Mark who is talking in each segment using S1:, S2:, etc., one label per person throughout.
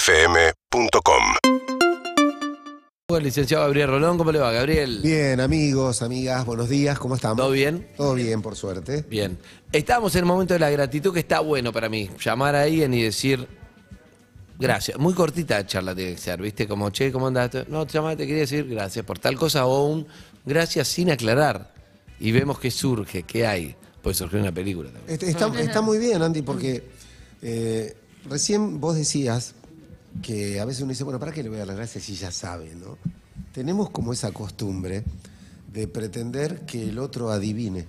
S1: UrbanaPlayFM.com
S2: El Pues, licenciado Gabriel Rolón, ¿cómo le va, Gabriel?
S3: Bien, amigos, amigas, buenos días, ¿cómo estamos?
S2: ¿Todo bien?
S3: Todo bien, por suerte.
S2: Bien. Estamos en el momento de la gratitud que está bueno para mí. Llamar a Ian y decir gracias. Muy cortita la charla tiene que ser, ¿viste? Como, che, ¿cómo andás? No, te llamaba, te quería decir gracias por tal cosa o un gracias sin aclarar. Y vemos qué surge, qué hay. Puede surgir una película también.
S3: Este, Está, está muy bien, Andy, porque eh, recién vos decías que a veces uno dice, bueno, ¿para qué le voy a dar las gracias si ya sabe, no? Tenemos como esa costumbre de pretender que el otro adivine.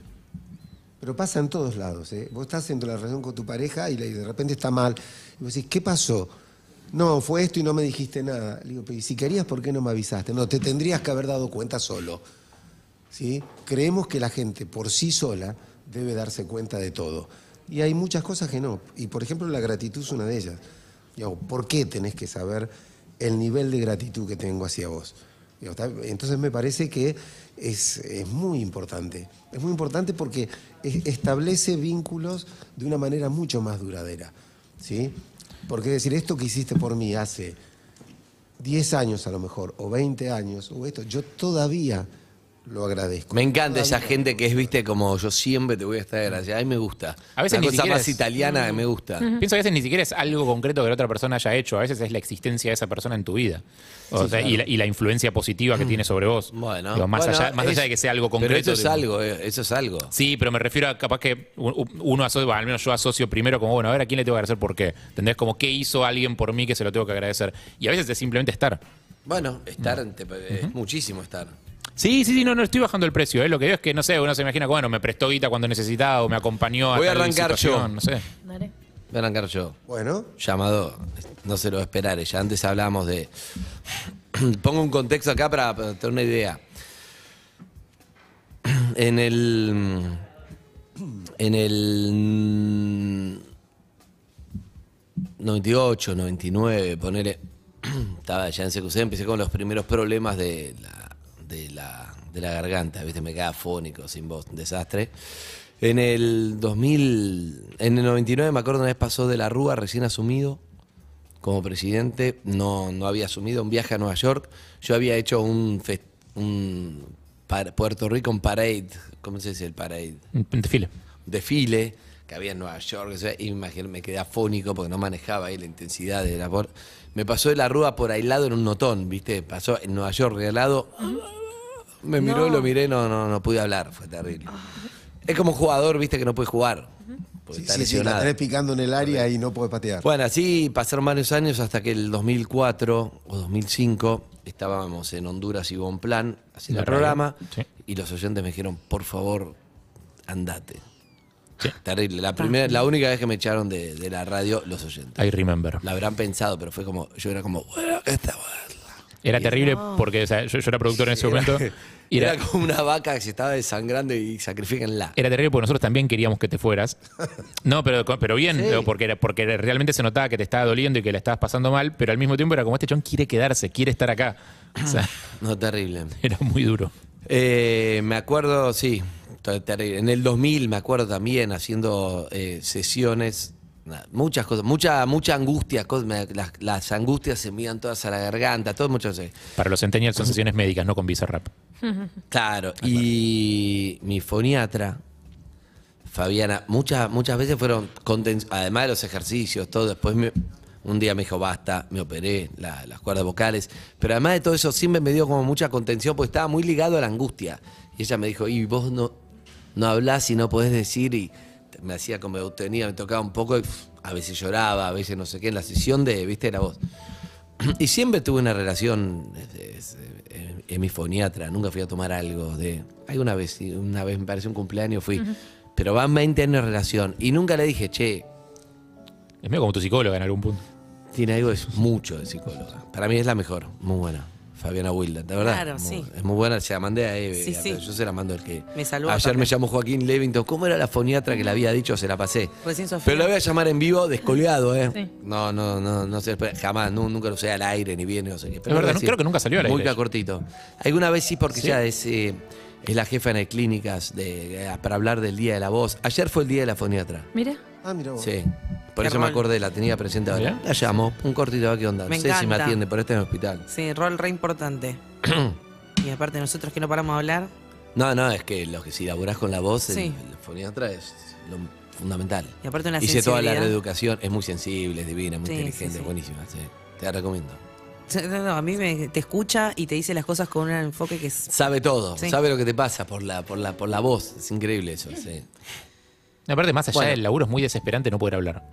S3: Pero pasa en todos lados, ¿eh? Vos estás en la relación con tu pareja y la- y de repente está mal. Y vos decís, ¿qué pasó? No, fue esto y no me dijiste nada. Le digo, pero ¿y si querías, ¿por qué no me avisaste? No, te tendrías que haber dado cuenta solo. ¿sí? Creemos que la gente por sí sola debe darse cuenta de todo. Y hay muchas cosas que no. Y por ejemplo, la gratitud es una de ellas. Digo, ¿Por qué tenés que saber el nivel de gratitud que tengo hacia vos? Digo, está- Entonces me parece que es, es muy importante. Es muy importante porque es- establece vínculos de una manera mucho más duradera. ¿sí? Porque es decir, esto que hiciste por mí hace 10 años a lo mejor, o 20 años, o esto, yo todavía lo agradezco.
S2: Me encanta esa gente que es, viste, como yo siempre te voy a estar agradecida. A mí me gusta.
S4: A veces
S2: Una
S4: ni
S2: cosa
S4: siquiera
S2: más
S4: es-
S2: italiana que me gusta.
S4: Pienso que a veces ni siquiera es algo concreto que la otra persona haya hecho, a veces es la existencia de esa persona en tu vida. O sea, y, la, y la influencia positiva que tiene sobre vos.
S2: Bueno,
S4: Digo, más
S2: Bueno,
S4: allá, más
S2: es-
S4: allá de que sea algo concreto.
S2: Pero eso es
S4: digo.
S2: algo, eh, eso es algo.
S4: Sí, pero me refiero a capaz que u- u- uno asocia, bueno, al menos yo asocio primero como, bueno, a ver a quién le tengo que agradecer por qué. ¿Entendés? Como qué hizo alguien por mí que se lo tengo que agradecer. Y a veces es simplemente estar.
S2: Bueno, estar, te- es muchísimo estar.
S4: Sí, sí, sí, no, no estoy bajando el precio. ¿eh? Lo que digo es que, no sé, uno se imagina, bueno, me prestó guita cuando necesitaba o me acompañó
S2: Voy a
S4: tal
S2: arrancar yo.
S4: situación, No sé.
S5: Dale.
S2: Voy a arrancar yo.
S3: Bueno,
S2: Llamado, no se lo esperaré. Ya antes hablábamos de. Pongo un contexto acá para para tener una idea. En el. mm, En el. mm, 98, 99, ponele. Estaba ya en CQC, empecé con los primeros problemas de la, de la, de la garganta, ¿viste? Me quedaba fónico, sin voz, un desastre. En el 2000, en el 99 me acuerdo una vez pasó de la Rúa recién asumido como presidente, no, no había asumido un viaje a Nueva York, yo había hecho un, fest- un par- Puerto Rico un parade, ¿cómo se dice el parade?
S4: Un desfile.
S2: desfile que había en Nueva York, o sea, y me imagino- me quedé afónico porque no manejaba ahí la intensidad del amor. Me pasó de la rúa por aislado en un notón, ¿viste? Pasó en Nueva York de lado. Me miró y lo miré, no, no, no pude hablar, fue terrible. Es como un jugador, ¿viste? Que no puede jugar. Porque
S3: sí, sí, sí,
S2: está
S3: la
S2: lesionado.
S3: tenés picando en el área y no podés patear.
S2: Bueno, así pasaron varios años hasta que el 2004 o 2005 estábamos en Honduras y Bonplan haciendo
S4: La
S2: el
S4: radio,
S2: programa
S4: sí.
S2: y los oyentes me dijeron, por favor, andate. Terrible. La, primera, la única vez que me echaron de, de la radio, los oyentes.
S4: I remember.
S2: La habrán pensado, pero fue como, yo era como, bueno, acá está, bueno".
S4: Era terrible porque o sea, yo, yo era productor en ese momento. y
S2: Era,
S4: era, Eh,
S2: como una vaca que se estaba desangrando y sacrifíquenla.
S4: era terrible porque nosotros también queríamos que te fueras. No, pero, pero bien, digo, porque, era- porque realmente se notaba que te estaba doliendo y que la estabas pasando mal, pero al mismo tiempo era como este chon quiere quedarse, quiere estar acá. O sea,
S2: No, terrible.
S4: era muy duro.
S2: Eh, me acuerdo, sí, to- terrible. en el 2000 me acuerdo también haciendo eh, sesiones, na- muchas cosas, mucha mucha angustia, cos- me- las, las angustias se me iban todas a la garganta, todo muchas veces.
S4: Para los centennials son sesiones médicas, no con visa rap.
S2: Claro, y mi foniatra, Fabiana, muchas, muchas veces fueron, conten- además de los ejercicios, todo, después me- un día me dijo, basta, me operé la- las cuerdas vocales, pero además de todo eso siempre me dio como mucha contención, porque estaba muy ligado a la angustia. Y ella me dijo, y vos no, no hablás y no podés decir, y me hacía como eutenía, me tocaba un poco, y pff, a veces lloraba, a veces no sé qué, en la sesión de, viste, la voz. Y siempre tuve una relación eh, eh, en mi foniatra, nunca fui a tomar algo de. Alguna vez, sí, una vez me pareció un cumpleaños, fui. Pero van 20 años de relación. Y nunca le dije, che,
S4: Es medio como tu psicóloga en algún punto.
S2: tiene algo es mucho de psicóloga. Para mí es la mejor, muy buena. Fabiana Wilda, la verdad.
S5: Claro,
S2: muy-
S5: sí.
S2: Es muy buena, se la mandé a Eve.
S5: Sí, sí.
S2: Yo se la mando el que.
S5: Me saluda
S2: Ayer
S5: también.
S2: me llamó Joaquín Levington. ¿Cómo era la foniatra que le había dicho? Se la pasé.
S5: Recién Sofía.
S2: Pero la voy a llamar en vivo descolgado, ¿eh?
S5: Sí.
S2: No, no, no, no sé, jamás, nu- nunca lo sé al aire ni viene, no sé qué. Pero
S4: verdad,
S2: voy a
S4: no- creo que nunca salió al
S2: Muy
S4: aire.
S2: cortito. Alguna vez sí, porque ya es, eh, es la jefa en las clínicas de, eh, para hablar del Día de la Voz. Ayer fue el Día de la Foniatra.
S5: Mira.
S3: Ah, mira vos.
S2: Sí. Por
S5: Qué
S2: eso me
S5: rol.
S2: acordé, la tenía presente ahora.
S4: Mirá.
S2: La llamo, un cortito, a ver ¿qué onda?
S5: Me
S2: sé si me
S5: encanta.
S2: atiende, pero este en el hospital.
S5: Sí, rol re importante. y aparte nosotros que no paramos de hablar,
S2: No, no, es que lo que si laburás con la voz, el-
S5: Sí.
S2: el foniatra es lo fundamental.
S5: Y aparte una
S2: Hice toda la
S5: sensibilidad.
S2: reeducación, es muy sensible, es divina, muy
S5: Sí,
S2: inteligente,
S5: sí, sí.
S2: buenísima. sí. Te la recomiendo.
S5: no, no, a mí me, te escucha y te dice las cosas con un enfoque que es...
S2: Sabe todo,
S5: Sí.
S2: sabe lo que te pasa por la, por la, por la voz. Es increíble eso. sí.
S4: Aparte, más allá
S2: Bueno.
S4: del laburo, es muy desesperante no poder hablar.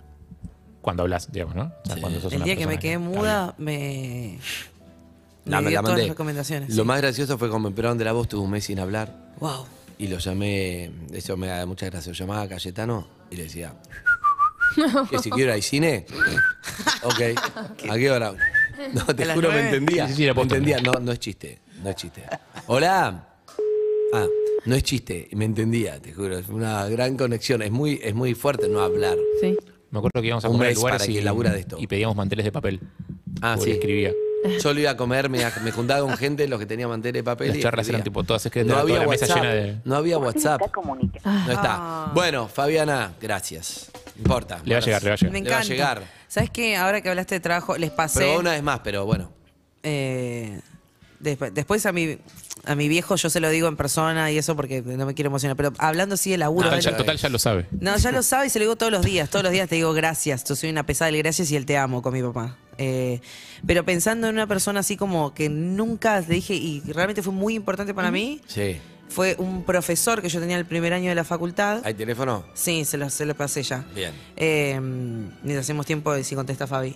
S4: Cuando hablas, digamos, ¿no? O sea,
S2: Sí.
S4: cuando sos
S5: El
S4: una
S5: día que me
S4: persona
S5: quedé
S4: habla.
S5: muda me, me
S2: No, me la
S5: dio todas
S2: mandé.
S5: las recomendaciones.
S2: Lo más gracioso fue cuando me operaron de la voz, tuve un mes sin hablar
S5: Wow.
S2: y lo llamé, eso me da mucha gracia, lo llamaba a Cayetano y le decía, que si quiero ir al cine, ok, ¿a qué hora? No,
S5: ¿A
S2: te
S5: las
S2: juro, me
S5: nueve?
S2: entendía.
S4: Sí, sí, era
S2: me
S4: posta.
S2: entendía, no, no es chiste, no es chiste. Hola. Ah, no es chiste, me entendía, te juro, es una gran conexión, es muy, es muy fuerte no hablar.
S6: Sí.
S4: Me acuerdo que íbamos a
S2: Un
S4: comprar
S2: mes
S4: lugares
S2: para
S4: y,
S2: que labura de esto.
S4: y pedíamos manteles de papel.
S2: Ah,
S4: Pobre,
S2: sí.
S4: escribía.
S2: Yo lo iba a comer, me, me juntaba con gente, los que tenían manteles de papel.
S4: Las
S2: y
S4: charlas
S2: escribía.
S4: eran tipo todas escritas,
S2: no
S4: toda
S2: había
S4: la mesa
S2: WhatsApp,
S4: llena de-
S2: No había WhatsApp. No
S5: Ah.
S2: está. Bueno, Fabiana, gracias. No importa.
S4: Le va a llegar, le va a llegar.
S5: Me
S2: Le va a
S5: encanta.
S2: llegar.
S5: ¿Sabes qué? Ahora que hablaste de trabajo, les pasé...
S2: Pero una vez más, pero bueno.
S5: Eh, desp- después a mi, a mi viejo yo se lo digo en persona y eso porque no me quiero emocionar, pero hablando así de laburo.
S2: Ah,
S4: Total,
S5: ¿vale?
S4: Ah, ya, total ya lo sabe.
S5: No, ya lo sabe y se lo digo todos los días. Todos los días te digo gracias. Yo soy una pesada del gracias y el te amo con mi papá. Eh, pero pensando en una persona así como que nunca le dije y realmente fue muy importante para mí,
S2: Sí.
S5: fue un profesor que yo tenía el primer año de la facultad.
S2: ¿Hay teléfono?
S5: Sí, se lo, se lo pasé ya.
S2: Bien.
S5: Eh, mientras hacemos tiempo de si contesta Fabi.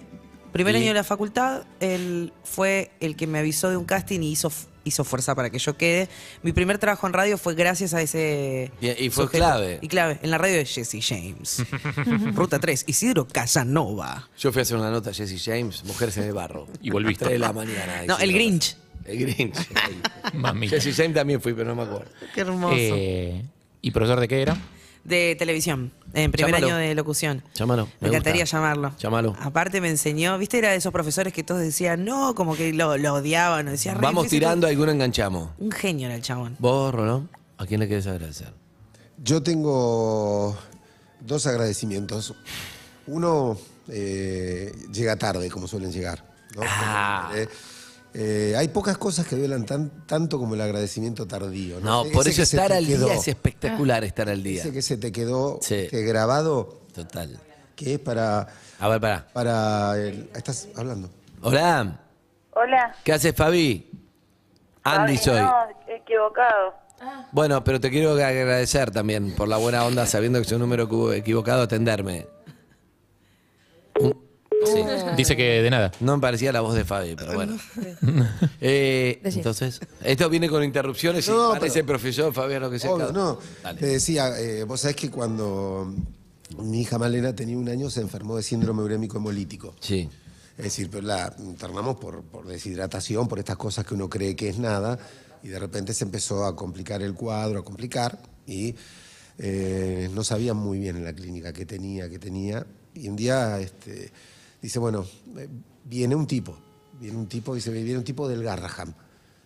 S5: Primer
S2: Y-
S5: año de la facultad, él fue el que me avisó de un casting y hizo, hizo fuerza para que yo quede. Mi primer trabajo en radio fue gracias a ese.
S2: Bien, y fue clave.
S5: Y clave, en la radio de Jesse James. Ruta 3, Isidro Casanova.
S2: Yo fui a hacer una nota a Jesse James, Mujeres en el Barro.
S4: Y volviste.
S2: 3 de la mañana.
S5: No, el
S2: diciendo-
S5: Grinch.
S2: El Grinch. ahí.
S4: Mami.
S2: Jesse James también fui, pero no me acuerdo.
S5: Qué hermoso.
S4: Eh, ¿Y profesor de qué era?
S5: de televisión, en primer
S2: Llámalo.
S5: año de locución.
S2: Llámalo, me
S5: Me, encantaría
S2: gusta.
S5: llamarlo.
S2: Llámalo.
S5: Aparte me enseñó, viste, era de esos profesores que todos decían no, como que lo, lo odiaban, decían
S2: Vamos tirando, alguno enganchamos.
S5: Un genio era el chabón.
S2: Vos, Rolón, ¿a quién le querés agradecer?
S3: Yo tengo dos agradecimientos. Uno eh, llega tarde, como suelen llegar. ¿no?
S2: Ah.
S3: Eh, eh, hay pocas cosas que duelan tan- tanto como el agradecimiento tardío.
S2: No,
S3: Ese
S2: por
S3: que
S2: eso
S3: se
S2: estar
S3: te
S2: al
S3: quedó,
S2: día es espectacular estar al día.
S3: Ese que se te quedó
S2: Sí.
S3: este, grabado,
S2: Total.
S3: que es para...
S2: A ver, pará.
S3: para el- estás hablando.
S2: Hola,
S7: Hola.
S2: ¿qué haces, Fabi? Andy
S7: Ay,
S2: soy.
S7: No, equivocado.
S2: Bueno, pero te quiero agradecer también por la buena onda, sabiendo que es un número cu- equivocado, atenderme. Sí.
S4: Dice que de nada.
S2: No me parecía la voz de Fabi, pero bueno. Eh,
S6: Decía.
S2: entonces, esto viene con interrupciones y
S3: No,
S2: parece el profesor Fabián lo que sea.
S3: Obvio,
S2: cada-
S3: no.
S2: Dale.
S3: Te decía, eh, vos sabés que cuando mi hija Malena tenía un año se enfermó de síndrome urémico hemolítico.
S2: Sí.
S3: Es decir, pero la internamos por, por deshidratación, por estas cosas que uno cree que es nada, y de repente se empezó a complicar el cuadro, a complicar, y eh, no sabían muy bien en la clínica qué tenía, qué tenía. Y un día este, dice, bueno, eh, viene un tipo, viene un tipo, dice, viene un tipo del Garraham.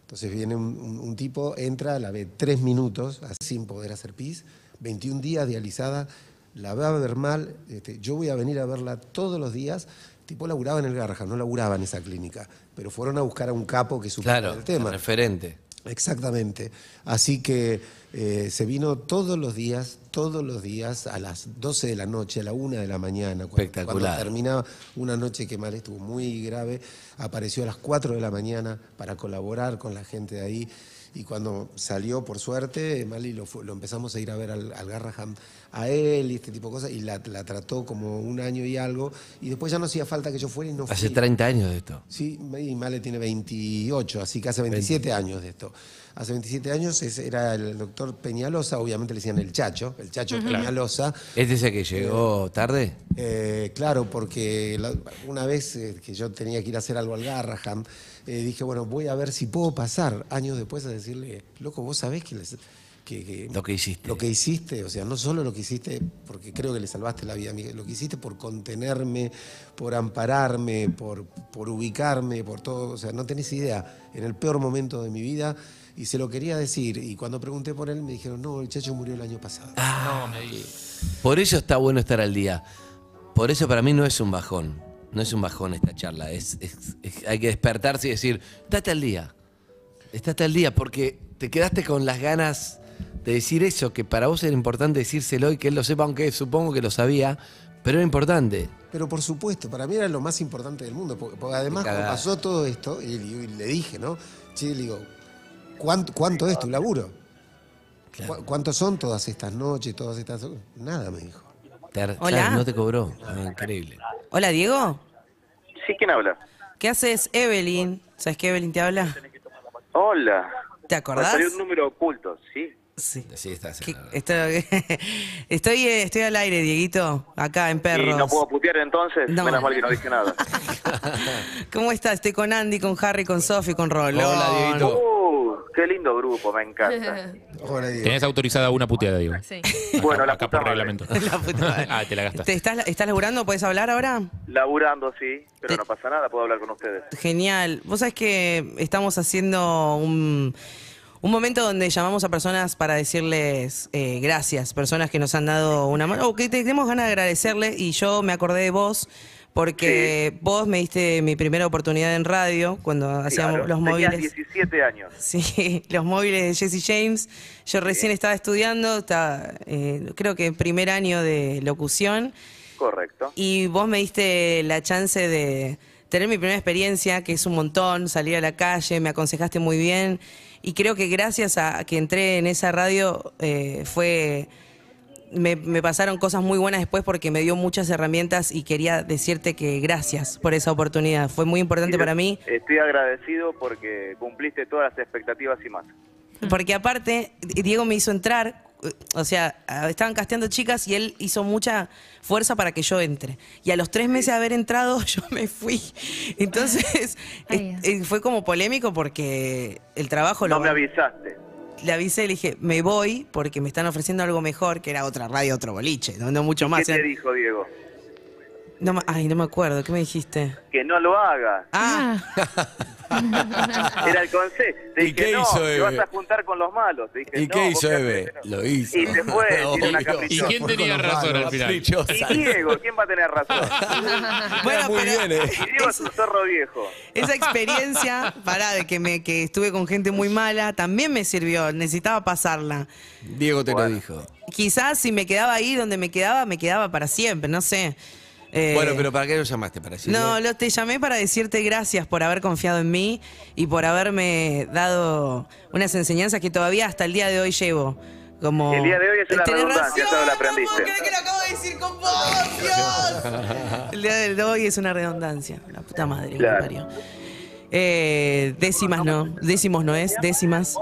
S3: Entonces viene un, un- un tipo, entra, la ve tres minutos, así, sin poder hacer pis, 21 días dializada, la va a ver mal, este, yo voy a venir a verla todos los días. El tipo laburaba en el Garrahan, no laburaba en esa clínica, pero fueron a buscar a un capo que supiera
S2: Claro,
S3: el tema.
S2: referente.
S3: Exactamente. Así que eh, se vino todos los días, todos los días, a las 12 de la noche, a la 1 de la mañana. cuando-
S2: Espectacular.
S3: cuando terminaba una noche que mal estuvo muy grave, apareció a las 4 de la mañana para colaborar con la gente de ahí. Y cuando salió, por suerte, Mali lo, fu- lo empezamos a ir a ver al, al Garraham, a él y este tipo de cosas, y la, la trató como un año y algo. Y después ya no hacía falta que yo fuera y no
S2: Hace
S3: fui.
S2: 30 años de esto.
S3: Sí, y Male tiene 28, así que hace 27 años de esto. Hace 27 años es- era el doctor Peñalosa, obviamente le decían el Chacho, el Chacho Peñalosa.
S2: ¿Es ese que llegó tarde?
S3: Eh, claro, porque la- una vez eh, que yo tenía que ir a hacer algo al Garraham, eh, dije, bueno, voy a ver si puedo pasar años después a decirle, loco, vos sabés que, les- que- que-
S2: Lo que hiciste.
S3: lo que hiciste, o sea, no solo lo que hiciste, porque creo que le salvaste la vida, a Miguel, lo que hiciste por contenerme, por ampararme, por, por ubicarme, por todo, o sea, no tenés idea, en el peor momento de mi vida, y se lo quería decir, y cuando pregunté por él me dijeron, no, el chacho murió el año pasado.
S4: No, me di-
S2: Por eso está bueno estar al día. Por eso para mí no es un bajón. No es un bajón esta charla. Es, es- es- hay que despertarse y decir, estate al día. Estate al día porque te quedaste con las ganas de decir eso, que para vos era importante decírselo y que él lo sepa, aunque supongo que lo sabía, pero era importante.
S3: Pero por supuesto, para mí era lo más importante del mundo, porque, porque además
S2: Qué
S3: cuando
S2: cagada.
S3: pasó todo esto, y, y le dije, ¿no? Che, le digo, ¿cuánto, cuánto es tu laburo? ¿Cu- ¿Cuánto son todas estas noches, todas estas... Nada, me dijo.
S2: Te ar-
S5: Hola.
S2: claro, no te cobró. Ah, increíble.
S5: Hola, Diego.
S6: Sí, ¿quién habla?
S5: ¿Qué haces, Evelyn? ¿Sabes que Evelyn te habla?
S6: Hola.
S5: ¿Te acordás?
S6: Me Pues salió un número oculto, sí.
S5: Sí.
S2: Sí, estás
S5: ¿Qué- estoy, estoy, eh, estoy al aire, Dieguito, acá en Perros.
S6: Y no puedo putear entonces,
S5: No.
S6: menos mal que no dije nada.
S5: ¿Cómo estás? Estoy con Andy, con Harry, con Sofi, con Rolón.
S2: Hola, Dieguito.
S6: Uh, qué lindo grupo, me encanta.
S3: Hola, Diego.
S4: Tenés autorizada una puteada, digo.
S8: Sí.
S6: Bueno, la
S4: acá
S6: puta
S4: por
S6: madre.
S4: reglamento.
S5: La puta madre.
S4: ah, te la gastaste.
S5: ¿Te estás, ¿Estás laburando? ¿Puedes hablar ahora?
S6: Laburando, sí, pero
S5: Te-
S6: no pasa nada, puedo hablar con ustedes.
S5: Genial. Vos sabés que estamos haciendo un, un momento donde llamamos a personas para decirles eh, gracias, personas que nos han dado una mano, o que tenemos ganas de agradecerles, y yo me acordé de vos. Porque vos me diste mi primera oportunidad en radio cuando hacíamos
S6: Claro,
S5: los
S6: tenías
S5: móviles.
S6: 17 años.
S5: Sí, los móviles de Jesse James. Yo recién estaba estudiando, estaba, eh, creo que en primer año de locución,
S6: Correcto.
S5: y vos me diste la chance de tener mi primera experiencia, que es un montón, salir a la calle, me aconsejaste muy bien, y creo que gracias a que entré en esa radio eh, fue... Me, me pasaron cosas muy buenas después porque me dio muchas herramientas y quería decirte que gracias por esa oportunidad. Fue muy importante
S6: Y
S5: para mí.
S6: Estoy agradecido porque cumpliste todas las expectativas y más.
S5: Porque aparte, Diego me hizo entrar, o sea, estaban casteando chicas y él hizo mucha fuerza para que yo entre. Y a los tres meses de haber entrado, yo me fui. Entonces,
S8: Ay,
S5: es- eh, fue como polémico porque el trabajo
S6: No
S5: lo...
S6: me avisaste.
S5: le avisé, le dije, me voy porque me están ofreciendo algo mejor, que era otra radio, otro boliche, no, no mucho
S6: ¿Qué
S5: más. eh.
S6: te
S5: Era-
S6: dijo, Diego?
S5: no me- ay, no me acuerdo, ¿qué me dijiste?
S6: Que no lo hagas.
S5: Ah,
S6: Era el consejo. Te
S2: ¿Y
S6: dije,
S2: qué
S6: no,
S2: hizo
S6: te
S2: Eve?
S6: vas a juntar con los malos. Te dije,
S2: ¿Y
S6: no,
S2: qué
S6: vos
S2: hizo
S6: qué
S2: Eve?
S6: haces, no.
S2: Lo hizo.
S6: Y se fue, tiene una
S2: Obvio.
S4: ¿Y
S6: caprichosa.
S4: quién tenía razón al final?
S6: Y
S2: Caprichosa.
S6: Diego, ¿quién va a tener razón?
S5: bueno,
S2: muy
S5: pero-
S2: bien, eh.
S6: Y Diego es un zorro viejo.
S5: Esa experiencia, pará, de que, me, que estuve con gente muy mala, también me sirvió, necesitaba pasarla.
S2: Diego te lo dijo.
S5: Quizás si me quedaba ahí donde me quedaba, me quedaba para siempre, no sé. Eh,
S2: Bueno, pero ¿para qué lo llamaste? ¿Para decirle?
S5: No, lo, te llamé para decirte gracias por haber confiado en mí y por haberme dado unas enseñanzas que todavía hasta el día de hoy llevo. Como,
S6: El día de hoy es una
S5: Tenés
S6: redundancia,
S5: razón,
S6: todo lo
S5: no puedo
S6: aprendiste.
S5: creer que lo acabo de decir con vos, Dios. El día de hoy es una redundancia, la puta madre. que
S6: Claro.
S5: me parió. Eh, décimas no, décimos no es, décimas.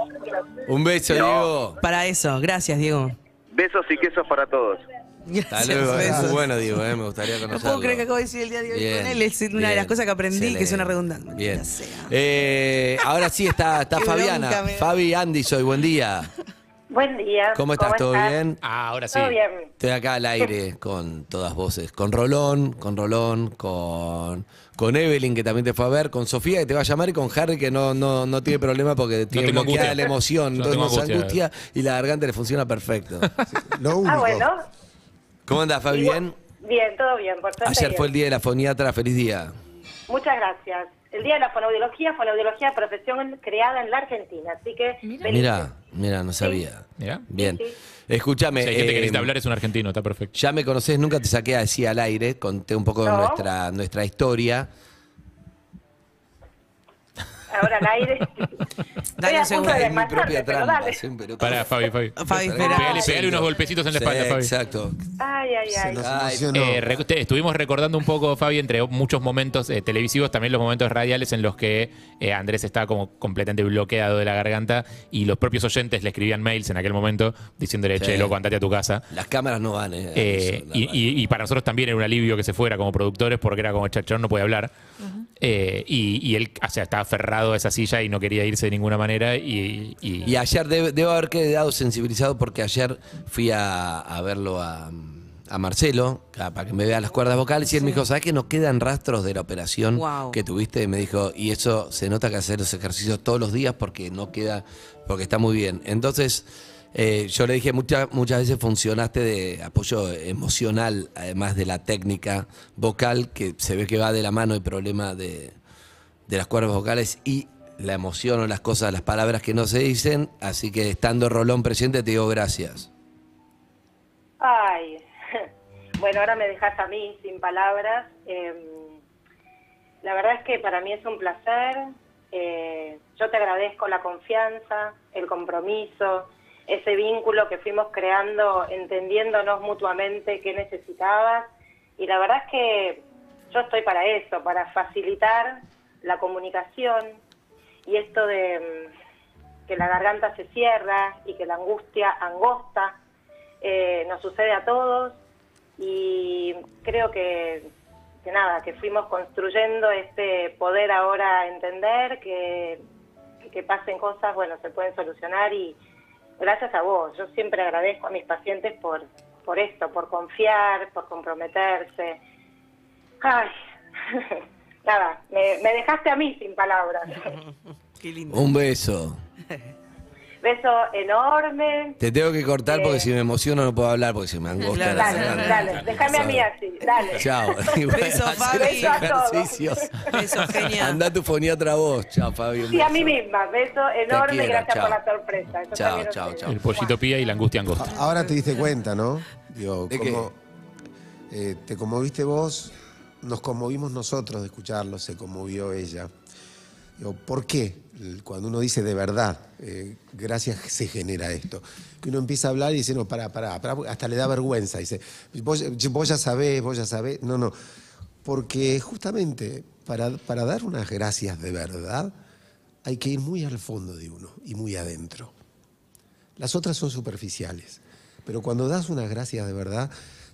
S2: Un beso, Diego.
S5: Para eso, gracias, Diego.
S6: Besos y quesos para todos.
S2: Hasta
S5: Gracias,
S2: luego. Es muy
S5: besos.
S2: bueno, Diego. eh, Me gustaría
S5: No
S2: conocerlo.
S5: puedo creer que acabo de decir el día de hoy con él. Es una de las
S2: bien,
S5: cosas que aprendí, que es una
S2: excelente.
S5: redundancia.
S2: Bien.
S5: Ya sea.
S2: Eh, ahora sí está, está
S5: Qué
S2: Fabiana.
S5: bronca me da.
S2: Fabi Andy, soy buen día.
S7: Buen día.
S2: ¿Cómo estás? ¿Todo bien?
S4: Ah, ahora sí.
S7: Todo bien.
S2: Estoy acá al aire con todas voces. Con Rolón, con Rolón, con, con Evelyn, que también te fue a ver, con Sofía, que te va a llamar, y con Harry, que no, no, no tiene problema porque tiene
S4: tengo
S2: bloqueada
S4: angustia.
S2: la emoción.
S4: Yo no
S2: entonces
S4: tengo
S2: no se
S4: angustia.
S2: angustia y la garganta le funciona perfecto.
S3: Lo único.
S7: Ah, bueno.
S2: ¿Cómo andás, Fabi? ¿Bien?
S7: Bien, todo bien, por suerte.
S2: Ayer
S7: bien.
S2: fue el día de la foniatra. Feliz día.
S7: Muchas gracias. El Día de la Fonoaudiología, Fonoaudiología, profesión creada en la Argentina. Así que.
S8: Mira.
S7: feliz-
S2: Mira, mira, no sabía.
S4: Mirá.
S2: Bien.
S7: Sí.
S2: Escúchame.
S4: Si hay gente que
S2: eh,
S4: necesita hablar, es un argentino, está perfecto.
S2: Ya me conocés, nunca te saqué así al aire, conté un poco de
S7: No.
S2: nuestra, nuestra historia.
S7: Ahora al aire.
S5: Dale
S7: Estoy a
S5: un
S7: punto
S5: segundo.
S7: de
S2: Es mi
S7: desmayarme,
S2: propia
S7: pero
S2: trampa,
S7: dale.
S2: siempre, pero-
S4: Pará, Fabi, Fabi.
S5: Fabi, espera.
S4: Pegale,
S5: Sí,
S4: pegale unos golpecitos en la
S2: Sí,
S4: espalda, Fabi.
S2: Exacto.
S7: Ay, ay,
S3: Se
S7: ay.
S3: nos
S2: Ay,
S3: emocionó.
S4: Eh, re- te- estuvimos recordando un poco, Fabi, entre muchos momentos eh, televisivos, también los momentos radiales en los que eh, Andrés estaba como completamente bloqueado de la garganta y los propios oyentes le escribían mails en aquel momento diciéndole,
S2: Sí.
S4: che, loco, andate a tu casa.
S2: Las cámaras no van, ¿eh?
S4: Eh,
S2: Eso, la
S4: y,
S2: verdad.
S4: y- y para nosotros también era un alivio que se fuera como productores porque era como chachón, no podía hablar. Eh, y, y él o sea, estaba aferrado a esa silla y no quería irse de ninguna manera. Y, y-
S2: Y ayer debe- debo haber quedado sensibilizado porque ayer fui a, a verlo a, a Marcelo a- para que me vea las cuerdas vocales y él me dijo, ¿sabes que nos quedan rastros de la operación
S5: Guau.
S2: que tuviste? Y me dijo, y eso se nota que hacer los ejercicios todos los días porque no queda, porque está muy bien. Entonces, eh, yo le dije, muchas muchas veces funcionaste de apoyo emocional, además de la técnica vocal, que se ve que va de la mano el problema de, de las cuerdas vocales y la emoción o las cosas, las palabras que no se dicen. Así que estando Rolón presente, te digo gracias.
S7: Ay, bueno, ahora me dejas a mí sin palabras. Eh, la verdad es que para mí es un placer. Eh, yo te agradezco la confianza, el compromiso, ese vínculo que fuimos creando, entendiéndonos mutuamente qué necesitabas. Y la verdad es que yo estoy para eso, para facilitar la comunicación y esto de mm, que la garganta se cierra y que la angustia angosta eh, nos sucede a todos y creo que, que nada, que fuimos construyendo este poder ahora entender que, que pasen cosas, bueno, se pueden solucionar y gracias a vos, yo siempre agradezco a mis pacientes por, por esto, por confiar, por comprometerse. Ay, nada, me, me dejaste a mí sin palabras.
S5: Qué lindo.
S2: Un beso.
S7: Beso enorme.
S2: Te tengo que cortar porque si me emociono no puedo hablar porque se me angosta
S5: Claro.
S2: la
S7: Dale,
S2: garganta.
S7: dale, déjame a mí así, dale.
S2: Chao. Y voy a
S5: Beso,
S2: hacer
S5: Fabi.
S2: los ejercicios.
S5: Beso, genia.
S2: Anda tu foniatra vos. Chao, Fabi. un
S7: Sí, a
S2: beso.
S7: mí misma. Beso enorme.
S2: quiero,
S7: gracias por
S2: chao.
S7: la sorpresa. Yo
S2: Chao,
S7: también a
S2: chao,
S7: ustedes.
S2: chao.
S4: El pollito pía y la angustia angosta.
S3: A- Ahora te diste cuenta, ¿no? Digo,
S2: ¿De
S3: cómo, eh, te conmoviste vos, nos conmovimos nosotros de escucharlo, se conmovió ella. Digo, ¿por qué? El- Cuando uno dice de verdad, eh, gracias se genera esto. Que uno empieza a hablar y dice, no, pará, pará, pará, porque hasta le da vergüenza. Dice, vos, ya- vos ya sabés, vos ya sabés. No, no. Porque justamente para, para dar unas gracias de verdad, hay que ir muy al fondo de uno y muy adentro. Las otras son superficiales. Pero cuando das unas gracias de verdad,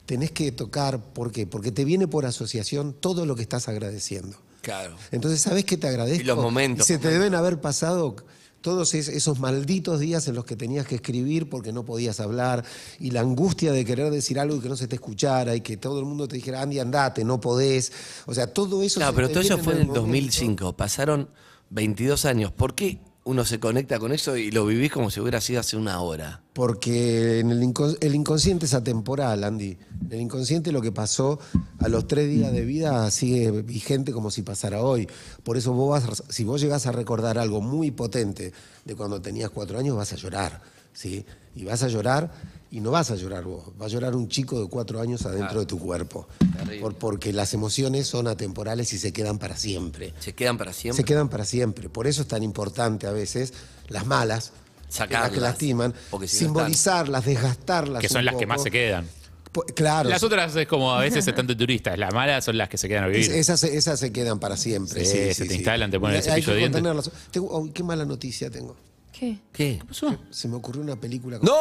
S3: tenés que tocar, ¿por qué? Porque te viene por asociación todo lo que estás agradeciendo.
S2: Claro.
S3: Entonces, ¿sabés qué te agradezco?
S2: Y los momentos,
S3: Y se te
S2: momentos.
S3: deben haber pasado todos es- esos malditos días en los que tenías que escribir porque no podías hablar y la angustia de querer decir algo y que no se te escuchara y que todo el mundo te dijera, Andy, andate, no podés. O sea, todo eso...
S2: Claro,
S3: se
S2: pero
S3: te
S2: todo eso
S3: viene
S2: fue en
S3: el
S2: el
S3: momento.
S2: 2005. Pasaron 22 años. ¿Por qué uno se conecta con eso y lo vivís como si hubiera sido hace una hora?
S3: Porque en el, incon- el inconsciente es atemporal, Andy. En el inconsciente lo que pasó a los tres días de vida sigue vigente como si pasara hoy. Por eso vos vas, si vos llegás a recordar algo muy potente de cuando tenías cuatro años, vas a llorar, ¿sí? Y vas a llorar y no vas a llorar vos, va a llorar un chico de cuatro años adentro de tu cuerpo. Por- porque las emociones son atemporales y se quedan para siempre.
S2: Se quedan para
S3: Se
S2: siempre.
S3: quedan para siempre. Por eso es tan importante a veces las malas,
S2: Sacarlas,
S3: las que lastiman,
S2: porque si no
S3: simbolizarlas, desgastarlas.
S4: Que son
S3: un
S4: las que
S3: poco.
S4: más se quedan.
S3: Po- Claro.
S4: Las otras es como a veces están de turistas. Las malas son las que se quedan a
S3: es-
S4: vivir.
S3: esas, se- esas se quedan para siempre.
S4: Sí,
S3: Sí,
S4: se
S3: sí,
S4: te
S3: sí.
S4: instalan, te ponen el
S3: Y hay
S4: cepillo de
S3: que
S4: dientes.
S3: contenerlas. Tengo- oh, qué mala noticia tengo.
S8: ¿Qué?
S2: ¿Qué?
S3: Se me ocurrió una película. con-
S2: ¡No!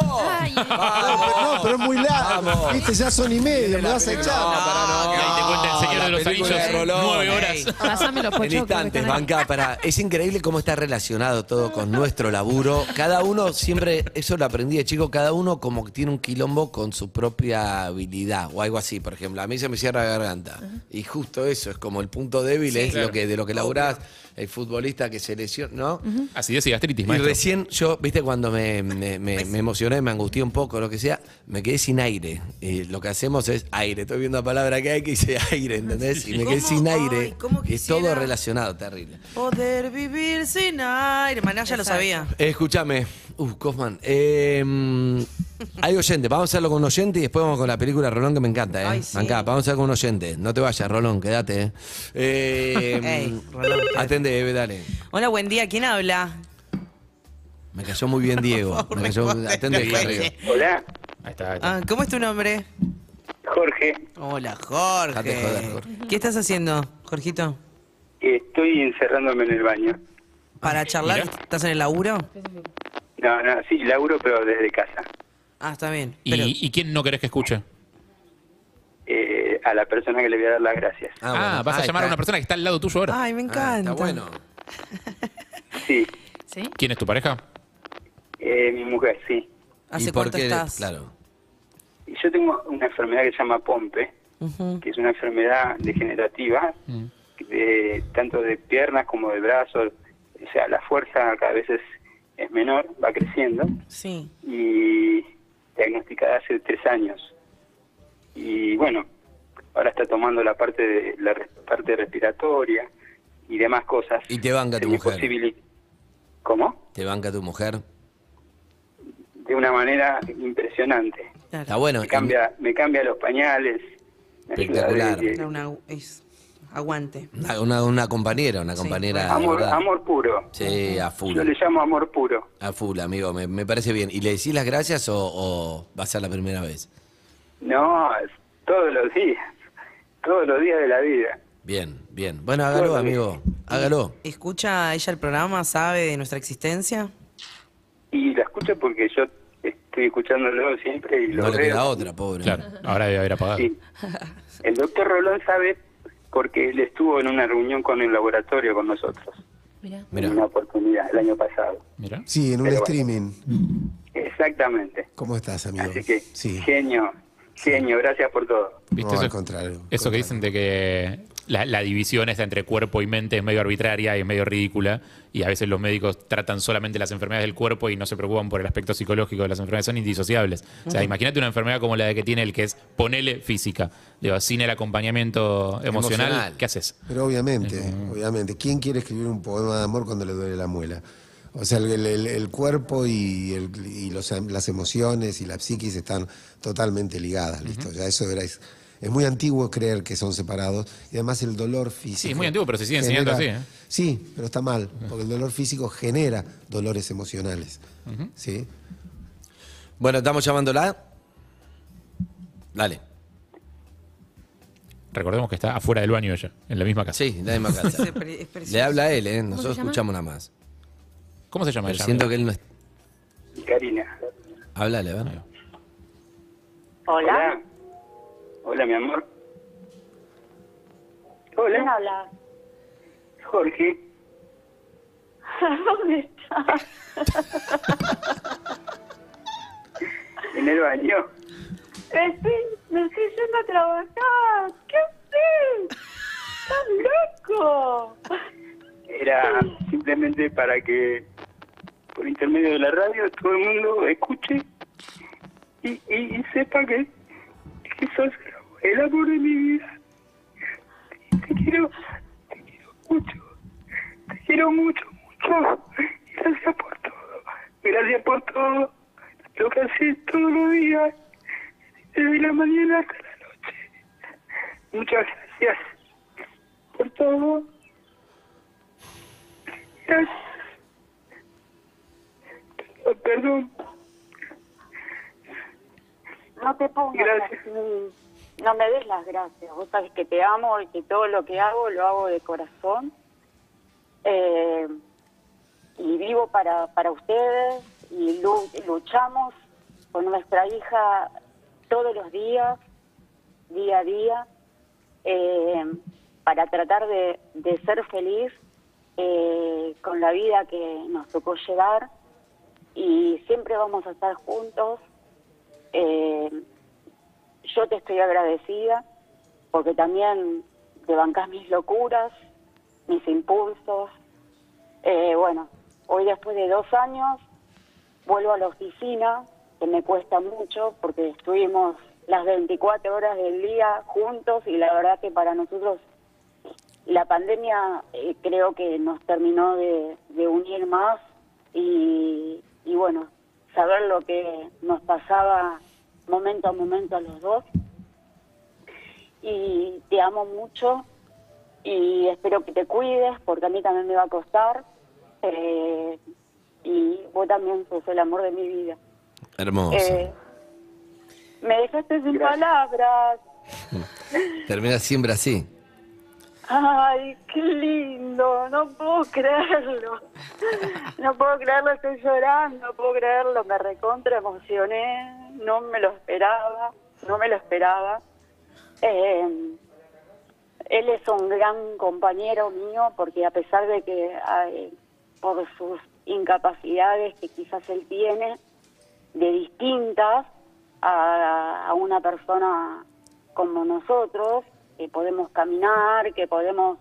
S8: Ay.
S2: eh.
S3: No, Ah, pero es muy larga.
S2: Vamos.
S3: Viste, ya son y media, me vas a
S2: película-
S3: echar.
S2: No, pará, no.
S4: Y ahí te cuenta el Señor
S2: La
S4: de los
S2: película de
S4: Anillos,
S2: Rolón.
S4: nueve horas.
S5: Ey.
S8: Pasame los
S2: En
S8: pochoclos. que
S2: instantes,
S8: están ahí.
S2: banca, para. Es increíble cómo está relacionado todo con nuestro laburo. Cada uno siempre, eso lo aprendí de chico, cada uno como que tiene un quilombo con su propia habilidad o algo así, por ejemplo. A mí se me cierra la garganta. Y justo eso, es como el punto débil, es lo que, de lo que laburás, el futbolista que se lesiona, ¿no?
S4: Así es, y gastritis,
S2: Y
S4: maestro.
S2: recién yo, viste, cuando me, me- me- me emocioné, me angustié un poco, lo que sea, me quedé sin aire. Y lo que hacemos es aire. Estoy viendo la palabra que hay que dice aire, ¿entendés? Y me quedé
S5: ¿Cómo?
S2: sin aire.
S5: Ay, ¿cómo
S2: y es todo
S5: quisiera?
S2: relacionado, terrible.
S5: Poder vivir sin aire. Maná ya lo sabía.
S2: Eh, Escúchame, uh, Kaufman. eh, hay oyente, vamos a hacerlo con un oyente y después vamos con la película Rolón que me encanta, ¿eh?
S5: Ay, sí.
S2: Mancá, vamos a hacerlo con un oyente. No te vayas, Rolón, quédate, ¿eh? Eh,
S5: Ey, Rolón, quédate.
S2: atende, Eve, dale.
S5: Hola, buen día. ¿Quién habla?
S2: Me cayó muy bien Diego.
S5: Por favor,
S2: me cayó-
S5: responde,
S2: atende
S5: no
S2: ahí
S5: puede
S2: arriba.
S5: ser.
S6: Hola,
S4: Ahí está, ahí está.
S5: Ah, ¿Cómo es tu nombre?
S6: Jorge.
S5: Hola, Jorge.
S2: Dejate joder, Jorge.
S5: ¿Qué estás haciendo, Jorgito?
S6: Estoy encerrándome en el baño.
S5: ¿Para charlar?
S4: mira.
S5: ¿Estás en el laburo?
S6: No, no, sí, laburo, pero desde casa.
S5: Ah, está bien.
S4: ¿Y,
S5: Pero,
S4: y quién no querés que escuche?
S6: Eh, a la persona que le voy a dar las gracias.
S4: Ah,
S2: bueno.
S4: vas a
S2: Ahí
S4: llamar a
S2: está.
S4: una persona que está al lado tuyo ahora.
S5: Ay, me
S2: Ah,
S5: encanta.
S2: está bueno.
S6: Sí,
S8: ¿Sí?
S4: ¿Quién es tu pareja?
S6: eh, mi mujer, sí.
S5: ¿Hace
S2: por
S5: cuánto
S2: qué?
S5: estás?
S2: Claro.
S8: Y yo tengo una enfermedad que se llama Pompe, que es una enfermedad degenerativa,
S2: Mm.
S8: de, tanto de piernas como de brazos. O sea, la fuerza cada vez es, es menor, va creciendo.
S5: Sí.
S8: Y diagnosticada hace tres años. Y bueno, ahora está tomando la parte de, la re- parte respiratoria y demás cosas.
S2: Y te banca
S8: Se
S2: tu
S8: me
S2: mujer.
S8: posibili- ¿Cómo?
S2: ¿Te banca tu mujer?
S8: De una manera impresionante.
S5: Claro.
S2: Está bueno.
S8: me cambia, me cambia los pañales. me ayuda de-
S2: Espectacular.
S8: de-
S5: Era una- es- aguante.
S2: Una, una- una compañera, una
S5: Sí,
S2: compañera. de
S8: amor,
S2: verdad.
S8: amor puro.
S2: Sí, a full.
S8: Yo le llamo amor puro.
S2: A full, amigo. Me, me parece bien. ¿Y le decís las gracias o, o va a ser la primera vez?
S8: No, es todos los días. Todos los días de la vida.
S2: Bien, bien. Bueno, hágalo, amigo. Hágalo.
S5: ¿Escucha ella el programa? ¿Sabe de nuestra existencia?
S8: Y la escucho porque yo estoy escuchándolo siempre y lo
S2: No le
S8: veo.
S2: queda otra, pobre.
S4: Claro, ahora debe haber apagado.
S8: Sí. El doctor Rolón sabe porque él estuvo en una reunión con el laboratorio con nosotros.
S9: Mirá.
S2: Mirá.
S8: En una oportunidad, el año pasado.
S4: Mirá.
S3: Sí, en un
S8: Pero bueno.
S3: streaming.
S8: Exactamente.
S3: ¿Cómo estás, amigo?
S8: Así que,
S3: sí.
S8: genio, genio, gracias por todo.
S4: ¿Viste
S3: No,
S4: eso?
S3: al contrario.
S4: Eso que dicen de que la, la división esta entre cuerpo y mente es medio arbitraria y es medio ridícula. Y a veces los médicos tratan solamente las enfermedades del cuerpo y no se preocupan por el aspecto psicológico de las enfermedades. Son indisociables. O sea, imagínate una enfermedad como la de que tiene el que es ponele física. Digo, sin el acompañamiento emocional,
S2: Emocional.
S4: ¿qué haces?
S3: Pero obviamente, obviamente. ¿Quién quiere escribir un poema de amor cuando le duele la muela? O sea, el, el- el cuerpo y, el- y los, em- las emociones y la psiquis están totalmente ligadas, ¿listo? Ya eso era... Es, es muy antiguo creer que son separados y además el dolor físico...
S4: muy antiguo, pero se sigue enseñando así, ¿eh?
S3: Sí, pero está mal, porque el dolor físico genera dolores emocionales, ¿sí?
S2: Bueno, estamos llamándola. Dale.
S4: Recordemos que está afuera del baño ella, en la misma casa.
S2: Sí, nadie más
S5: Es
S2: casa.
S5: pre- es precioso.
S2: Le habla él, ¿eh?
S9: se
S2: Nosotros
S9: llama?
S2: escuchamos nada más.
S4: ¿Cómo se llama
S2: Pero
S4: ella?
S2: siento que él no es...
S8: Karina.
S2: Háblale, a ver.
S10: Hola.
S8: Hola, Hola, mi amor.
S10: ¿Quién
S8: Hola,
S10: habla?
S8: Jorge.
S10: ¿Dónde estás?
S8: En el baño.
S10: Estoy, me estoy yendo a trabajar. ¿Qué haces? ¡Estás loco!
S8: Era simplemente para que, por intermedio de la radio, todo el mundo escuche y, y- y sepa que, que sos el amor de mi vida. Te quiero, te quiero mucho. Te quiero mucho, mucho. Gracias por todo. Gracias por todo. Lo que haces todos los días, desde la mañana hasta la noche. Muchas gracias por todo. Gracias. Perdón.
S10: No te pongas
S8: Gracias.
S10: así. mm, No me des las gracias. Vos sabés que te amo y que todo lo que hago lo hago de corazón. Eh, y vivo para, para ustedes y lu- luchamos con nuestra hija todos los días, día a día, eh, para tratar de, de ser feliz eh, con la vida que nos tocó llevar. Y siempre vamos a estar juntos. Eh, yo te estoy agradecida porque también te bancás mis locuras, mis impulsos. Eh, bueno, hoy después de dos años vuelvo a la oficina, que me cuesta mucho porque estuvimos las 24 horas del día juntos y la verdad que para nosotros la pandemia eh, creo que nos terminó de, de unir más y, y bueno, saber lo que nos pasaba momento a momento a los dos. Y te amo mucho y espero que te cuides porque a mí también me va a costar. eh, y vos también sos el amor de mi vida.
S2: Hermoso.
S10: Eh, me dejaste sin palabras.
S2: Termina siempre así.
S10: Ay, qué lindo, no puedo creerlo. No puedo creerlo, estoy llorando, no puedo creerlo, me recontra emocioné, no me lo esperaba, no me lo esperaba. Eh, él es un gran compañero mío porque a pesar de que ay, por sus incapacidades que quizás él tiene, de distintas, a, a una persona como nosotros, que podemos caminar, que podemos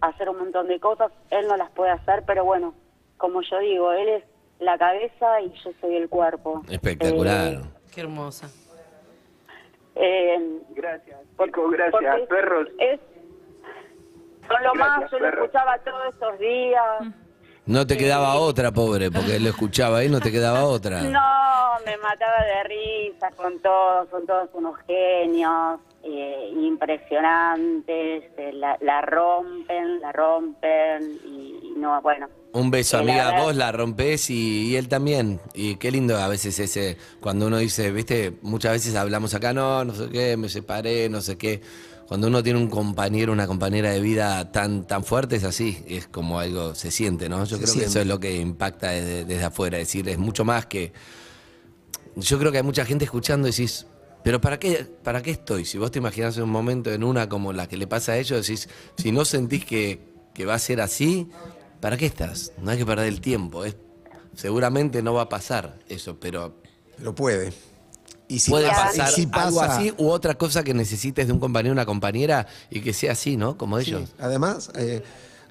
S10: hacer un montón de cosas, él no las puede hacer, pero bueno, como yo digo, él es la cabeza y yo soy el cuerpo.
S2: Espectacular.
S10: Eh,
S5: Qué hermosa.
S10: eh,
S8: Gracias, Nico, gracias,
S10: porque es-
S8: perros.
S10: Es, son lo más,
S8: Gracias,
S10: yo lo
S8: perros.
S10: escuchaba todos estos días.
S2: No te quedaba otra, pobre, porque él lo escuchaba él no te quedaba otra.
S10: No, me mataba de risa con todos, son todos unos genios, eh, impresionantes, eh, la, la rompen, la rompen y, y no, bueno.
S2: Un beso,
S10: Eh, la
S2: amiga.
S10: verdad-
S2: Vos la rompés y, y él también. Y qué lindo a veces ese, cuando uno dice, viste, muchas veces hablamos acá, no, no sé qué, me separé, no sé qué. Cuando uno tiene un compañero, una compañera de vida tan, tan fuerte, es así, es como algo, se siente, ¿no?
S3: Se
S2: Yo creo que
S3: siente.
S2: eso es lo que impacta desde, desde afuera, es decir, es mucho más que... Yo creo que hay mucha gente escuchando y decís, pero ¿para qué, para qué estoy? Si vos te imaginás un momento en una como la que le pasa a ellos, decís, si no sentís que, que va a ser así, ¿para qué estás? No hay que perder el tiempo. es- seguramente no va a pasar eso, pero
S3: Pero puede. Y si
S2: puede
S3: pasa,
S2: pasar
S3: y si pasa,
S2: algo así u otra cosa que necesites de un compañero o una compañera y que sea así, ¿no? Como
S3: Sí.
S2: ellos.
S3: Además, eh,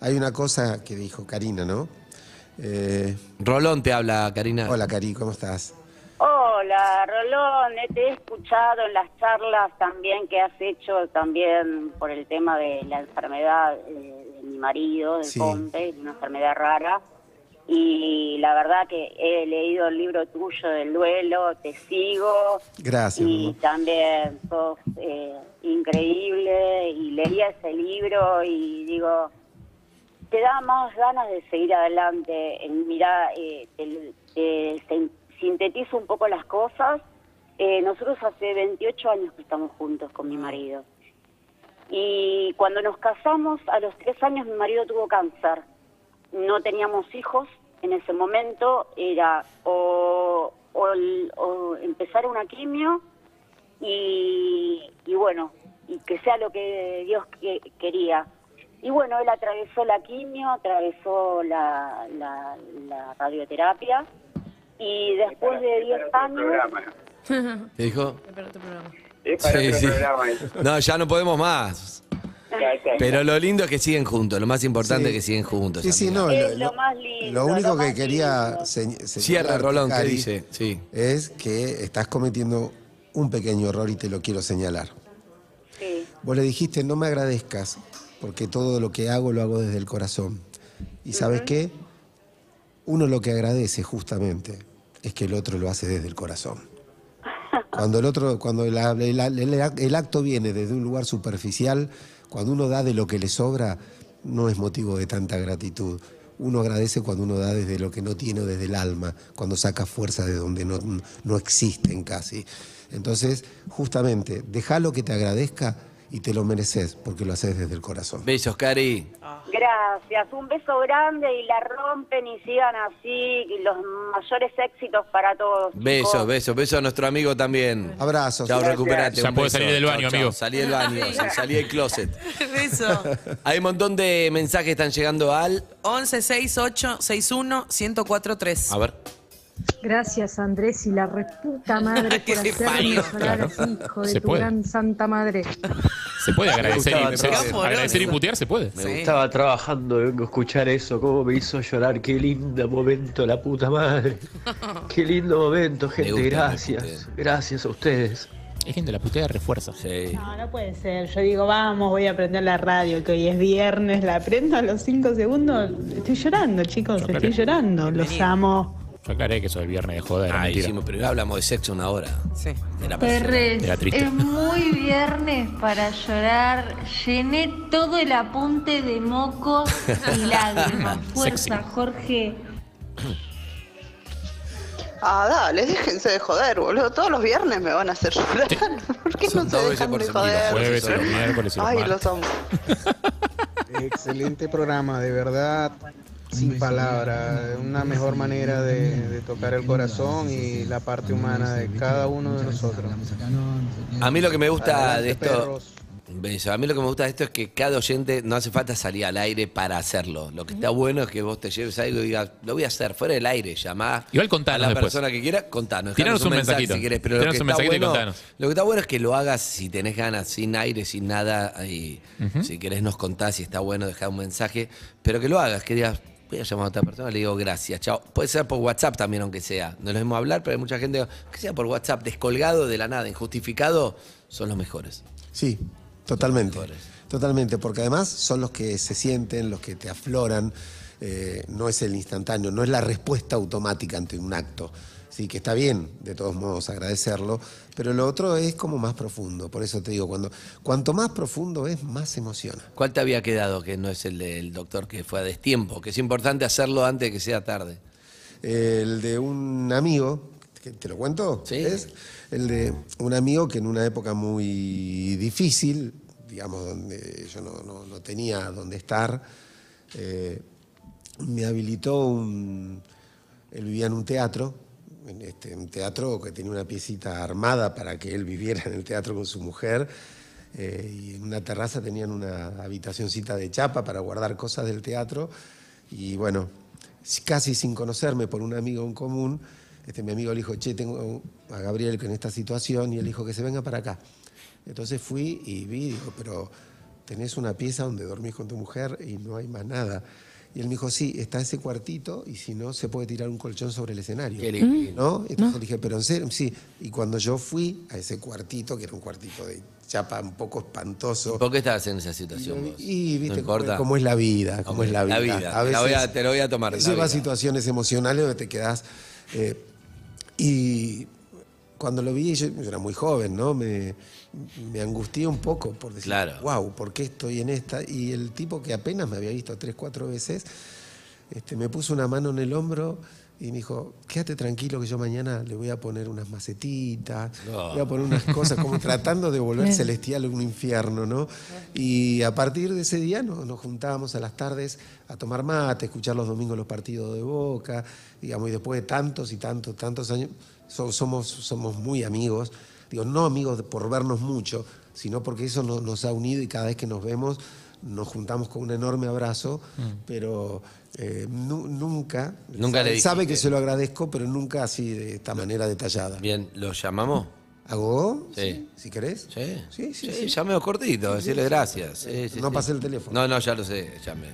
S3: hay una cosa que dijo Karina, ¿no? Eh,
S2: Rolón te habla, Karina.
S3: hola, Cari, ¿cómo estás?
S10: Hola, Rolón, eh, te he escuchado en las charlas también que has hecho también por el tema de la enfermedad eh, de mi marido, de
S3: Sí.
S10: Pompe, una enfermedad rara. Y la verdad que he leído el libro tuyo del duelo, te sigo.
S3: Gracias, mi
S10: Y
S3: amor.
S10: también sos eh, increíble y leía ese libro y digo, te da más ganas de seguir adelante. Eh, Mirá, eh, te, te- te sintetizo un poco las cosas. Eh, nosotros hace 28 años que estamos juntos con mi marido. Y cuando nos casamos, a los tres años mi marido tuvo cáncer. No teníamos hijos en ese momento, era o, o el- o empezar una quimio y, y bueno, y que sea lo que Dios que- quería. Y bueno, él atravesó la quimio, atravesó la, la- la radioterapia y después de 10
S8: Es para otro
S10: años...
S8: programa.
S2: ¿Te dijo?
S8: Es para
S2: Sí,
S8: otro
S2: sí.
S8: programa eso.
S2: No, ya no podemos más.
S8: Ya está.
S2: Pero lo lindo es que siguen juntos, lo más
S3: Sí.
S2: importante es que siguen juntos.
S3: Sí, sí,
S2: amiga.
S3: no.
S10: Es lo más lindo,
S3: lo único
S10: lo
S3: que
S10: más
S3: quería
S10: lindo.
S3: señ- señalarte,
S2: Cierra, Rolón, que
S3: Cari,
S2: dice. Sí.
S3: Es que estás cometiendo un pequeño error y te lo quiero señalar.
S10: Sí.
S3: Vos le dijiste, no me agradezcas, porque todo lo que hago lo hago desde el corazón. ¿Y sabes qué? Uno lo que agradece justamente es que el otro lo hace desde el corazón. Cuando el otro, cuando la- el, el- el acto viene desde un lugar superficial, cuando uno da de lo que le sobra, no es motivo de tanta gratitud. Uno agradece cuando uno da desde lo que no tiene o desde el alma, cuando saca fuerza de donde no, no existen casi. Entonces, justamente, deja lo que te agradezca y te lo mereces, porque lo haces desde el corazón.
S2: Besos, Cari.
S10: Gracias, un beso grande y la rompen y sigan así, y los mayores éxitos para todos.
S2: Besos,
S10: chicos.
S2: besos, besos a nuestro amigo también.
S3: Abrazos.
S2: Chao, recuperate.
S4: Ya
S2: un
S4: puedo
S2: beso.
S4: salir del
S2: Chau,
S4: baño,
S2: chau.
S4: amigo.
S2: Salí del baño, sí, salí del closet.
S5: Beso.
S2: Hay un montón de mensajes que están llegando al.
S5: 11 68 61 1043.
S2: A ver.
S11: Gracias Andrés y la reputa madre
S5: Que
S11: por
S5: se parió.
S11: hacernos llorar así, hijo de
S4: Se
S11: tu
S4: puede.
S11: gran santa madre.
S4: Se puede agradecer,
S2: gustaba
S4: y, se-
S5: trabajar.
S4: agradecer y putear, se puede.
S2: Me gusta.
S12: Estaba trabajando, vengo a escuchar eso, cómo me hizo llorar, qué lindo momento, la puta madre. Qué lindo momento,
S2: gusta,
S12: gente,
S2: me
S12: gracias.
S2: gusta.
S12: Gracias a ustedes.
S4: Es gente, la putea refuerza.
S2: Sí.
S13: No, no puede ser. Yo digo, vamos, voy a aprender la radio, que hoy es viernes, la aprendo a los cinco segundos. Estoy llorando, chicos,
S4: Chocolate.
S13: estoy llorando. Los amo.
S4: Yo aclaré que eso del viernes de joda era
S2: Ah,
S4: mentira.
S2: hicimos, primero hablamos de sexo una hora.
S5: Sí.
S2: Era
S11: Perres,
S4: Era triste.
S11: es muy viernes para llorar. Llené todo el apunte de mocos y lágrimas.
S4: Sexy.
S11: Fuerza, Jorge.
S13: Ah, dale, déjense de joder, boludo. Todos los viernes me van a hacer llorar. ¿Por qué
S2: Son dos veces por semana.
S4: Jueves,
S2: Eso,
S4: los miércoles y los martes.
S13: amo.
S12: Excelente programa, de verdad, sin palabras. Una mejor manera de, de tocar el corazón y la parte humana de cada uno de nosotros.
S2: A mí lo que me gusta de
S12: Adelante,
S2: esto,
S12: perros.
S2: Bello. A mí lo que me gusta de esto es que cada oyente no hace falta salir al aire para hacerlo. Lo que está bueno es que vos te lleves algo y digas, lo voy a hacer fuera del aire, llamá
S4: Igual
S2: a
S4: contanos
S2: la
S4: después.
S2: persona que quiera, contanos.
S4: Tiranos
S2: dejanos
S4: un
S2: mensaje
S4: mensajito.
S2: si querés, pero lo
S4: Tiranos
S2: que,
S4: un
S2: está
S4: mensajito y
S2: bueno,
S4: contanos.
S2: lo que está bueno es que lo hagas si tenés ganas, sin aire, sin nada, y si querés nos contás si está bueno dejar un mensaje, pero que lo hagas, que digas, voy a llamar a otra persona, le digo gracias, chao. Puede ser por WhatsApp también, aunque sea. No lo mismo hablar, pero hay mucha gente que sea por WhatsApp, descolgado de la nada, injustificado, son los mejores.
S3: Sí, totalmente. Totalmente, porque además son los que se sienten, los que te afloran. eh, no es el instantáneo, no es la respuesta automática ante un acto. Sí, que está bien, de todos modos, agradecerlo. Pero lo otro es como más profundo. Por eso te digo, cuando, cuanto más profundo es, más emociona.
S2: ¿Cuál te había quedado que no es el del doctor que fue a destiempo? Que es importante hacerlo antes de que sea tarde.
S3: El de un amigo, que- ¿te lo cuento? Sí. el de un amigo que en una época muy difícil, digamos, donde yo no, no- no tenía dónde estar, eh, me habilitó un. Él vivía en un teatro, en este, un teatro que tenía una piecita armada para que él viviera en el teatro con su mujer. eh, y en una terraza tenían una habitacioncita de chapa para guardar cosas del teatro. Y bueno, si- casi sin conocerme por un amigo en común, este, mi amigo le dijo, che, tengo a Gabriel en esta situación, y él dijo que se venga para acá. Entonces fui y vi, dijo, pero tenés una pieza donde dormís con tu mujer y no hay más nada. Y él me dijo, sí, está ese cuartito y si no, se puede tirar un colchón sobre el escenario.
S2: Qué lindo.
S3: ¿No? Entonces dije, pero en serio, sí. Y cuando yo fui a ese cuartito, que era un cuartito de chapa un poco espantoso,
S2: ¿Por qué estabas en esa situación vos?
S3: y viste
S2: ¿No
S3: cómo,
S2: importa?
S3: cómo es la vida, cómo
S2: Ok,
S3: es la vida.
S2: la vida. Te la voy a- te lo voy a tomar,
S3: Te
S2: la
S3: lleva a
S2: vida.
S3: situaciones emocionales donde te quedás. eh, y cuando lo vi, yo, yo era muy joven, ¿no? Me, me angustié un poco por decir,
S2: Claro.
S3: wow, ¿por qué estoy en esta? Y el tipo que apenas me había visto tres, cuatro veces, este, me puso una mano en el hombro y me dijo, quédate tranquilo que yo mañana le voy a poner unas macetitas,
S2: No.
S3: le voy a poner unas cosas, como tratando de volver
S2: Bien.
S3: celestial a un infierno, ¿no? Y a partir de ese día nos, nos juntábamos a las tardes a tomar mate, escuchar los domingos los partidos de Boca, digamos, y después de tantos y tantos, tantos años, so- somos, somos muy amigos, digo, no amigos de- por vernos mucho, sino porque eso no- nos ha unido y cada vez que nos vemos nos juntamos con un enorme abrazo, pero eh, nu- nunca,
S2: Nunca
S3: sabe,
S2: le
S3: sabe que
S2: dijiste.
S3: se lo agradezco, pero nunca así de esta manera detallada.
S2: Bien, ¿lo llamamos?
S3: ¿Hago?
S2: Sí.
S3: Si querés.
S2: Sí,
S3: sí, sí.
S2: sí, llameo cortito, decirle gracias. Sí, sí,
S3: No
S2: sí.
S3: pasé el teléfono.
S2: No, no, ya lo sé, ya me,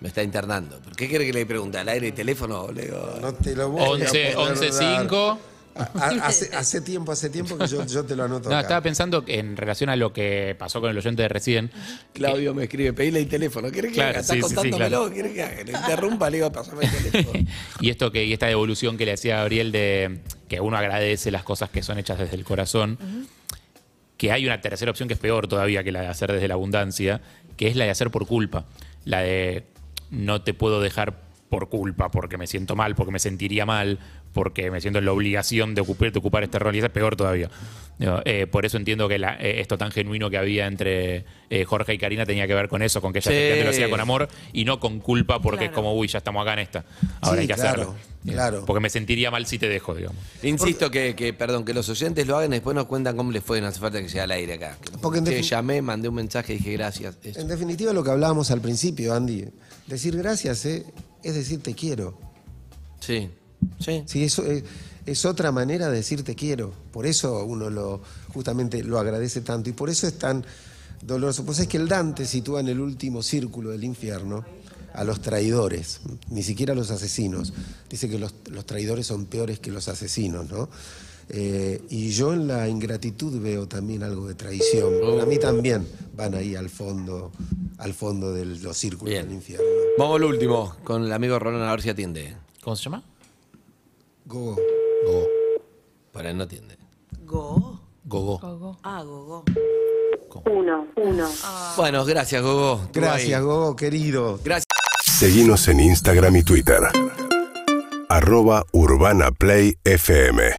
S2: me está internando. ¿Por qué quiere que le pregunte? ¿Al aire y teléfono? Le digo,
S3: No te lo voy a
S4: 11,
S3: poder
S4: 11,
S3: dar.
S4: 5.
S3: A- a- hace, hace tiempo, hace tiempo que yo, yo te lo anoto.
S4: No,
S3: acá.
S4: estaba pensando que en relación a lo que pasó con el oyente de recién.
S2: Claudio me escribe, pedile el teléfono. ¿Quiere que haga? Está contándomelo, ¿quiere que haga? Le interrumpa, le digo, pasame el teléfono.
S4: Y esto que, y esta devolución que le hacía Gabriel de que uno agradece las cosas que son hechas desde el corazón, que hay una tercera opción que es peor todavía que la de hacer desde la abundancia, que es la de hacer por culpa. La de no te puedo dejar por culpa, porque me siento mal, porque me sentiría mal, porque me siento en la obligación de ocupar, de ocupar este rol, y eso es peor todavía. Digo, eh, por eso entiendo que la- eh, esto tan genuino que había entre eh, Jorge y Karina tenía que ver con eso, con que ella
S2: Sí.
S4: efectivamente lo hacía con amor y no con culpa, porque es como, uy, ya estamos acá en esta. Ahora
S3: Sí,
S4: hay que
S3: claro,
S4: hacerlo. Digo,
S3: claro.
S4: Porque me sentiría mal si te dejo, digamos.
S2: Insisto que, que, perdón, que los oyentes lo hagan y después nos cuentan cómo les fue, no hace falta que sea al aire acá. Que nos
S3: Porque en
S2: cuenten,
S3: defin-
S2: "Che, llamé, mandé un mensaje, dije gracias. eso.
S3: En definitiva, lo que hablábamos al principio, Andy, decir gracias eh, es decir te quiero.
S2: Sí, sí.
S3: Sí, eso es, es otra manera de decir te quiero. Por eso uno lo justamente lo agradece tanto y por eso es tan doloroso. Pues es que el Dante sitúa en el último círculo del infierno a los traidores, ni siquiera a los asesinos. Dice que los, los traidores son peores que los asesinos, ¿no? Eh, y yo en la ingratitud veo también algo de traición. Para mí también van ahí al fondo, al fondo de los círculos del infierno.
S2: Vamos al último, con el amigo Ronald, a ver si atiende.
S4: ¿Cómo se llama?
S3: Go.
S2: Para él no atiende.
S5: Go.
S2: Gogo.
S5: Ah, go, go.
S10: Uno, uno.
S2: Bueno, gracias, Gogo. Estuvo
S3: Gracias,
S2: ahí.
S3: Gogo, querido.
S2: Gracias.
S1: Seguinos en Instagram y Twitter. Arroba Urbana Play FM.